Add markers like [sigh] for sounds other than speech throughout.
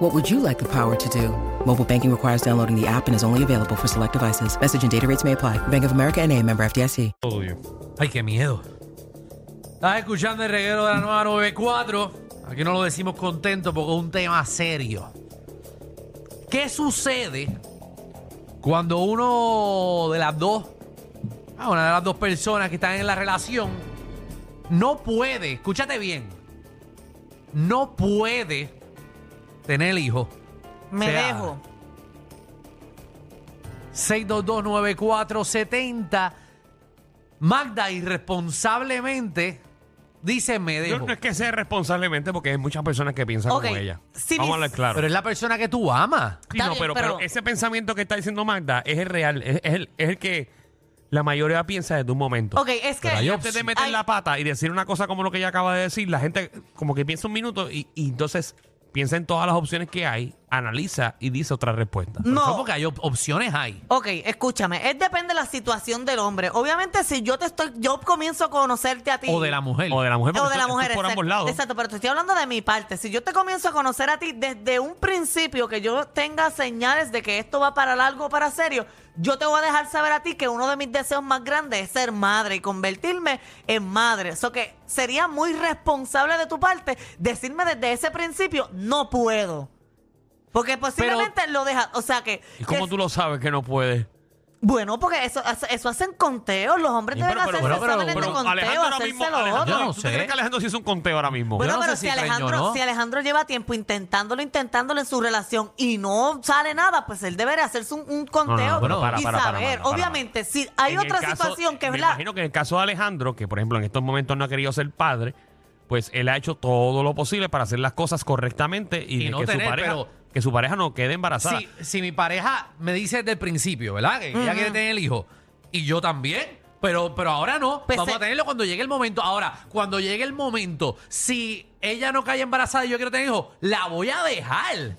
What would you like the power to do? Mobile banking requires downloading the app and is only available for select devices. Message and data rates may apply. Bank of America and a member FDIC. Obvio. Ay, qué miedo. Estás escuchando el reguero de la nueva 94. Aquí no lo decimos contento porque es un tema serio. ¿Qué sucede cuando uno de las dos, ah, una de las dos personas que están en la relación, no puede, escúchate bien, no puede tener hijo? Me sea- dejo. 6229470 Magda irresponsablemente dice me Yo dejo. no es que sea responsablemente porque hay muchas personas que piensan Ok, como ella. si Vamos a mis- hablar claro. Pero es la persona que tú amas. Sí, Está no, bien, pero, pero- pero ese pensamiento que está diciendo Magda es el real, es, es el, es el que la mayoría piensa desde un momento. Ok, es que. Pero ahí yo antes de meter la pata y decir una cosa como lo que ella acaba de decir, la gente como que piensa un minuto y, y entonces piensa en todas las opciones que hay, analiza y dice otra respuesta. Por eso, No. Porque hay op- opciones hay. Ok, escúchame. Es depende de la situación del hombre. Obviamente, si yo te estoy. Yo comienzo a conocerte a ti. O de la mujer. O de la mujer, O porque de esto- la esto mujer. es por exacto. ambos lados. Exacto, pero te estoy hablando de mi parte. Si yo te comienzo a conocer a ti desde un principio que yo tenga señales de que esto va para largo o para serio, yo te voy a dejar saber a ti que uno de mis deseos más grandes es ser madre y convertirme en madre. Eso que sería muy responsable de tu parte decirme desde ese principio, no puedo. Porque posiblemente lo dejas. O sea que. ¿Y cómo que- tú lo sabes que no puedes? Bueno, porque eso, eso- eso hacen conteos. Los hombres Sí, deben pero- pero- hacerse pero- pero- exámenes de pero conteo, Alejandro ahora mismo, hacérselo Alejandro, Yo no otro. ¿tú sé. crees que Alejandro sí hizo un conteo ahora mismo? Bueno, Yo no sé pero si si, Peño, Alejandro, ¿no? si Alejandro lleva tiempo intentándolo, intentándolo en su relación y no sale nada, pues él debería hacerse un, un conteo No, no, no, pero para, y para, para, saber. para, para. Obviamente, si hay En el otra caso- situación que es me la... imagino que en el caso de Alejandro, que por ejemplo en estos momentos no ha querido ser padre, pues él ha hecho todo lo posible para hacer las cosas correctamente y, Y de no que, tener, su pareja, pero- que su pareja no quede embarazada. Si, si mi pareja me dice desde el principio, ¿verdad? Que ella quiere tener el hijo. Y yo también. Pero, pero ahora no. Pues Vamos se- a tenerlo cuando llegue el momento. Ahora, cuando llegue el momento, si ella no cae embarazada y yo quiero tener hijo, la voy a dejar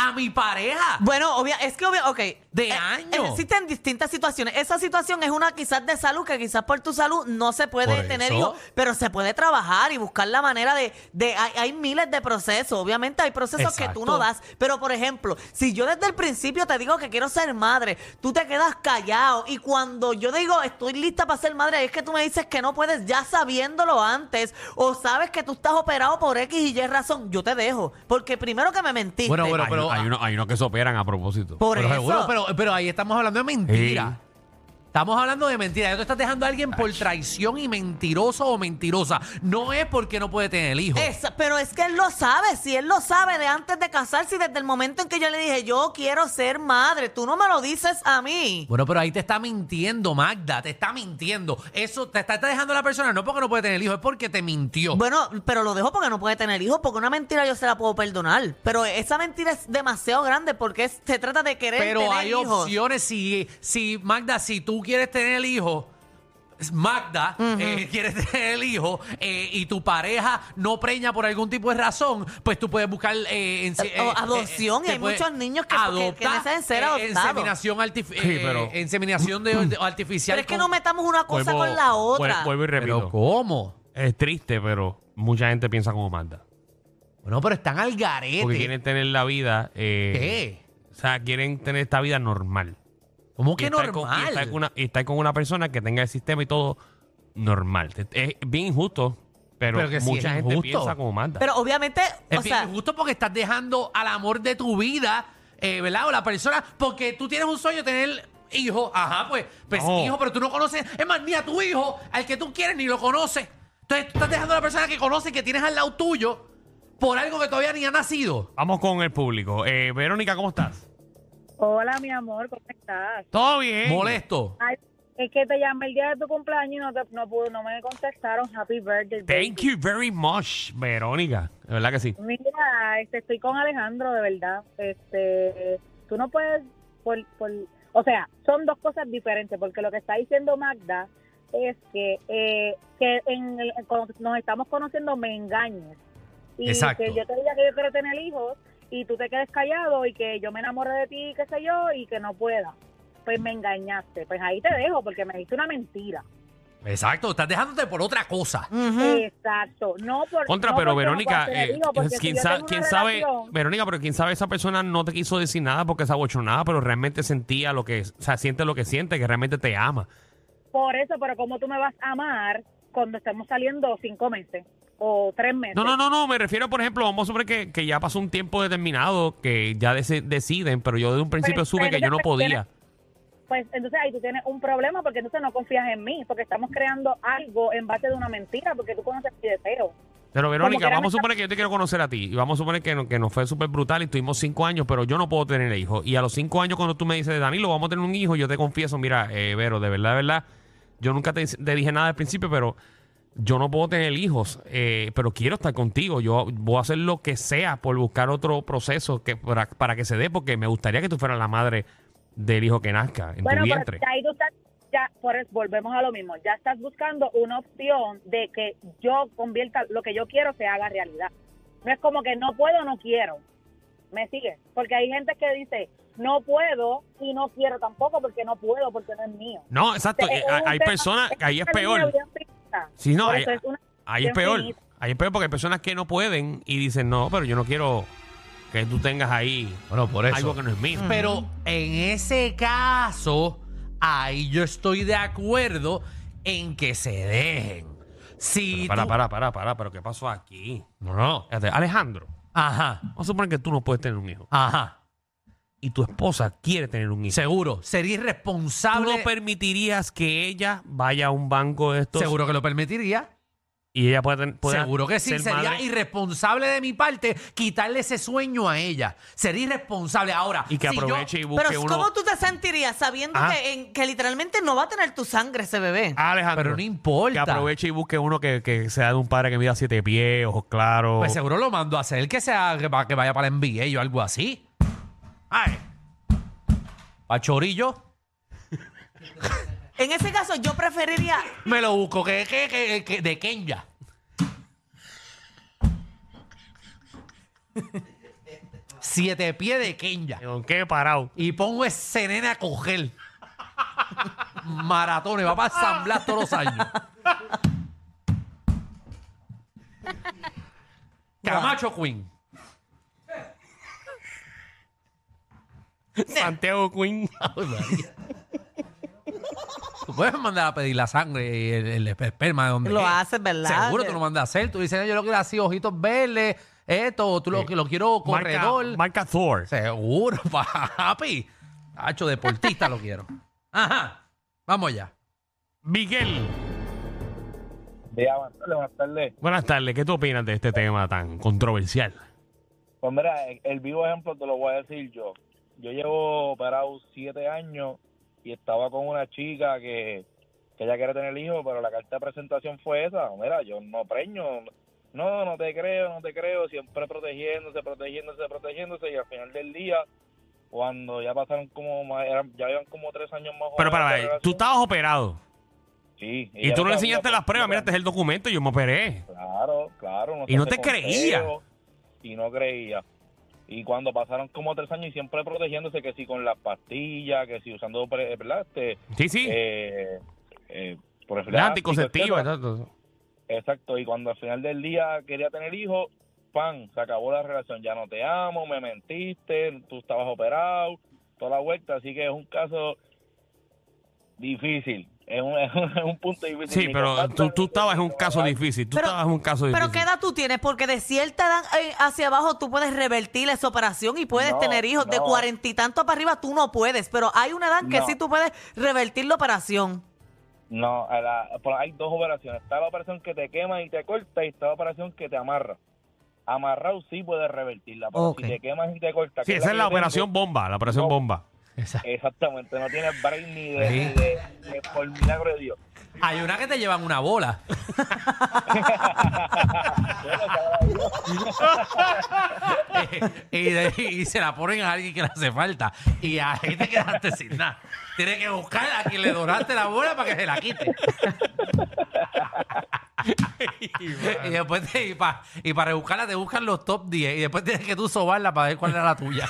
a mi pareja. Bueno, obvia, es que obvia, ok. De Eh, año. Existen distintas situaciones. Esa situación es una quizás de salud, que quizás por tu salud no se puede Por tener eso. hijos, pero se puede trabajar y buscar la manera de... de hay, hay miles de procesos, obviamente hay procesos que tú no Exacto. das, pero por ejemplo, si yo desde el principio te digo que quiero ser madre, tú te quedas callado y cuando yo digo estoy lista para ser madre, es que tú me dices que no puedes ya sabiéndolo antes o sabes que tú estás operado por X y Y razón, yo te dejo, porque primero que me mentiste. Bueno, bueno, hay, pero- ah. hay uno- hay unos que se operan a propósito. Por pero eso. seguro, pero, pero ahí estamos hablando de mentira. Estamos hablando de mentira. Ya tú estás dejando a alguien por traición y mentiroso o mentirosa. No es porque no puede tener el hijo. Esa- pero es que él lo sabe, si él lo sabe de antes de casarse y desde el momento en que yo le dije, yo quiero ser madre, tú no me lo dices a mí. Bueno, pero ahí te está mintiendo, Magda. Te está mintiendo. Eso te está, está dejando la persona no porque no puede tener el hijo, es porque te mintió. Bueno, pero lo dejo porque no puede tener hijos, porque una mentira yo se la puedo perdonar. Pero esa mentira es demasiado grande porque es- se trata de querer pero tener hay hijos. opciones. Si, si, Magda, si tú quieres tener el hijo. Magda eh, [laughs] quiere tener el hijo eh, y tu pareja no preña por algún tipo de razón, pues tú puedes buscar eh, en- Eh, o adopción, y te hay puedes muchos niños que- que- que necesitan ser adoptados. Inseminación, artif- Sí, pero- eh, inseminación de, de- artificial. pero es que con- no metamos una cosa Vuelvo- con la vuel- otra. Vuelvo y Pero repito. ¿cómo? es triste, pero mucha gente piensa como Magda. Bueno, pero están al garete. Porque quieren tener la vida. eh, ¿Qué? O sea, quieren tener esta vida normal. ¿Cómo Y que estar con- y normal? estar, con una, y estar con una persona que tenga el sistema y todo normal. Es bien injusto, pero, Pero que sí mucha es gente injusto. piensa como manda. Pero obviamente, Es o bien sea, injusto porque estás dejando al amor de tu vida, eh, ¿verdad? O la persona, porque tú tienes un sueño de tener hijo, ajá, pues, pues No. hijo, pero tú no conoces, es más, ni a tu hijo, al que tú quieres, ni lo conoces. Entonces tú estás dejando a la persona que conoces, que tienes al lado tuyo, por algo que todavía ni ha nacido. Vamos con el público. Eh, Verónica, ¿cómo estás? Hola, mi amor, ¿cómo estás? Todo bien. Molesto. Ay, es que te llamé el día de tu cumpleaños y no, te, no, pude- no me contestaron. Happy birthday. baby. Thank you very much, Verónica. De verdad que sí. Mira, este, estoy con Alejandro, de verdad. Este, tú no puedes, por, por- o sea, son dos cosas diferentes, porque lo que está diciendo Magda es que, eh, que en el- cuando nos estamos conociendo me engañes. Y Exacto. que yo te diga que yo quiero tener hijos y tú te quedes callado y que yo me enamore de ti, qué sé yo, y que no pueda. Pues me engañaste. Pues ahí te dejo porque me diste una mentira. Exacto, estás dejándote por otra cosa. Mm. Ujú. Exacto. No por, Contra, no pero porque no Verónica, puedas tener eh, hijos, porque es- si quién, yo sa- tengo una quién sabe, relación- Verónica, pero quién sabe esa persona no te quiso decir nada porque se abochonaba, pero realmente sentía lo que, o sea, siente lo que siente, que realmente te ama. Por eso, pero ¿cómo tú me vas a amar cuando estamos saliendo cinco meses o tres meses? No, no, no, no, me refiero, por ejemplo, vamos a suponer que, que ya pasó un tiempo determinado, que ya dese- deciden, pero yo desde un principio Pero- supe pero que yo no Pues entonces tienes- podía. Pues entonces ahí tú tienes un problema porque entonces no confías en mí, porque estamos creando algo en base de una mentira, porque tú conoces mi Pero deseo. como que Verónica, era vamos a nuestra- suponer que yo te quiero conocer a ti, y vamos a suponer que, no- que nos fue súper brutal y tuvimos cinco años, pero yo no puedo tener hijos. Y a los cinco años cuando tú me dices, Danilo, vamos a tener un hijo, yo te confieso, mira, eh, Vero, de verdad, de verdad, yo nunca te, te dije nada al principio, pero yo no puedo tener hijos, eh, pero quiero estar contigo, yo voy a hacer lo que sea por buscar otro proceso que para, para que se dé, porque me gustaría que tú fueras la madre del hijo que nazca en tu bueno, pero vientre. ya ahí tú estás, ya, por eso volvemos a lo mismo, ya estás buscando una opción de que yo convierta lo que yo quiero se haga realidad. No es como que no puedo, no quiero. ¿Me sigue? Porque hay gente que dice, no puedo y no quiero tampoco porque no puedo, porque no es mío. No, exacto, Es eh, un hay- hay tema- personas, que ahí es una peor. línea bien finita. Sí, no, Por hay- eso es una- Ahí es Bien peor. finito. Ahí es peor porque hay personas que no pueden y dicen, no, pero yo no quiero que tú tengas ahí Bueno, por algo que no es mío. Pero en ese caso, ahí yo estoy de acuerdo en que se dejen. Si para, tú- para, para, para, pero ¿qué pasó aquí? No, no. Fíjate, Alejandro, Ajá, vamos a suponer que tú no puedes tener un hijo ajá. y tu esposa quiere tener un hijo. Seguro. Sería ¿Tú irresponsable. no permitirías que ella vaya a un banco de estos Seguro que lo permitiría. y ella pueda tener... pueda Seguro que sí, ser sería madre? irresponsable de mi parte quitarle ese sueño a ella. Sería irresponsable. Ahora, Y que si yo- aproveche y busque Pero uno... ¿cómo tú te sentirías sabiendo Ajá. que, en- que literalmente no va a tener tu sangre ese bebé? Ah. Alejandro, Pero no que importa. aproveche y busque uno que, que sea de un padre que mida siete pies, ojos claros. Pues seguro lo mando a hacer que sea que va- que vaya para la NBA o algo así. Ay. A Chorillo. En ese caso yo preferiría... Me lo busco. Que, que- que- que- de Kenya. Siete pies de Kenya. ¿Con qué he parado? Y pongo ese nene a coger. Maratones. Va para San Blas todos los años. Camacho Queen. Santiago Queen. Tú puedes mandar a pedir la sangre y el, el esperma de donde Lo es. haces, ¿verdad? Seguro tú lo mandas a hacer. Tú dices, "No, yo lo quiero así, ojitos verdes, esto, o tú lo, lo quiero Marca, corredor. marca Thor. Seguro, [laughs] papi. Hacho deportista lo quiero. Ajá. Vamos ya. Miguel, Día, buenas tardes, buenas tardes. buenas tardes. ¿Qué tú opinas de este tema tan controversial? Pues mira, el, el vivo ejemplo te lo voy a decir yo. Yo llevo operado siete años y estaba con una chica que, que ella quiere tener hijos, pero la carta de presentación fue esa. Mira, yo no preño. No, no te creo, no te creo. Siempre protegiéndose, protegiéndose, protegiéndose. Y al final del día, cuando ya pasaron como, más- eran- ya iban como tres años más. Pero jóvenes de para, la ver, tú relación. estabas operado Sí. y ella tú no le sabía, enseñaste pues, las pruebas. yo Mira, este es el documento, yo me operé. Claro, claro. Y se no hace te conteo, creía. Y no creía. Y cuando pasaron como tres años y siempre protegiéndose, que si con las pastillas, que si usando, pre- ¿verdad? Este, Sí, sí. eh, eh, La profiláctico, anticonceptiva. etcétera. exacto. Exacto, y cuando al final del día quería tener hijos, pan, se acabó la relación, ya no te amo, me mentiste, tú estabas operado, toda la vuelta, así que es un caso difícil, es un, [laughs] es un, es un punto difícil. Sí, Ni pero con tú, tanto- tú estabas en un caso difícil. Tú Pero- estabas en un caso difícil. Pero ¿qué edad tú tienes? Porque de cierta edad eh, hacia abajo tú puedes revertir esa operación y puedes No, tener hijos. De no. cuarenta y tanto para arriba tú no puedes, pero hay una edad en que No. sí tú puedes revertir la operación. No, a la- por- hay dos operaciones. Está la operación que te quema y te corta y está la operación que te amarra. Amarrado sí puedes revertirla, pero Ok. si te quemas y te cortas... Sí, que esa es la que yo operación bomba, la operación No. bomba. tengo, Exactamente, no tienes brain ni de, ni de- ni por milagro de Dios. Hay una que te llevan una bola. y, de- y se la ponen a alguien que le hace falta. Y ahí te quedaste sin nada. Tienes que buscar a quien le donaste la bola para que se la quite. y después te- y para y pa rebuscarla te buscan los top 10. Y después tienes que tú sobarla para ver cuál era la tuya.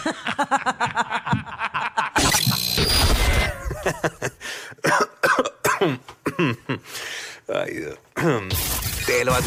Ay, Dios. [clears throat] Te lo